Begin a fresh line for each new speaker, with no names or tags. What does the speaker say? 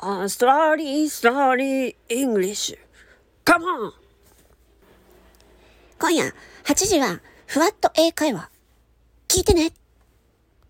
on, slowly, slowly, Uh, English. Come on!
今夜8時は、ふわっと英会話。聞いてね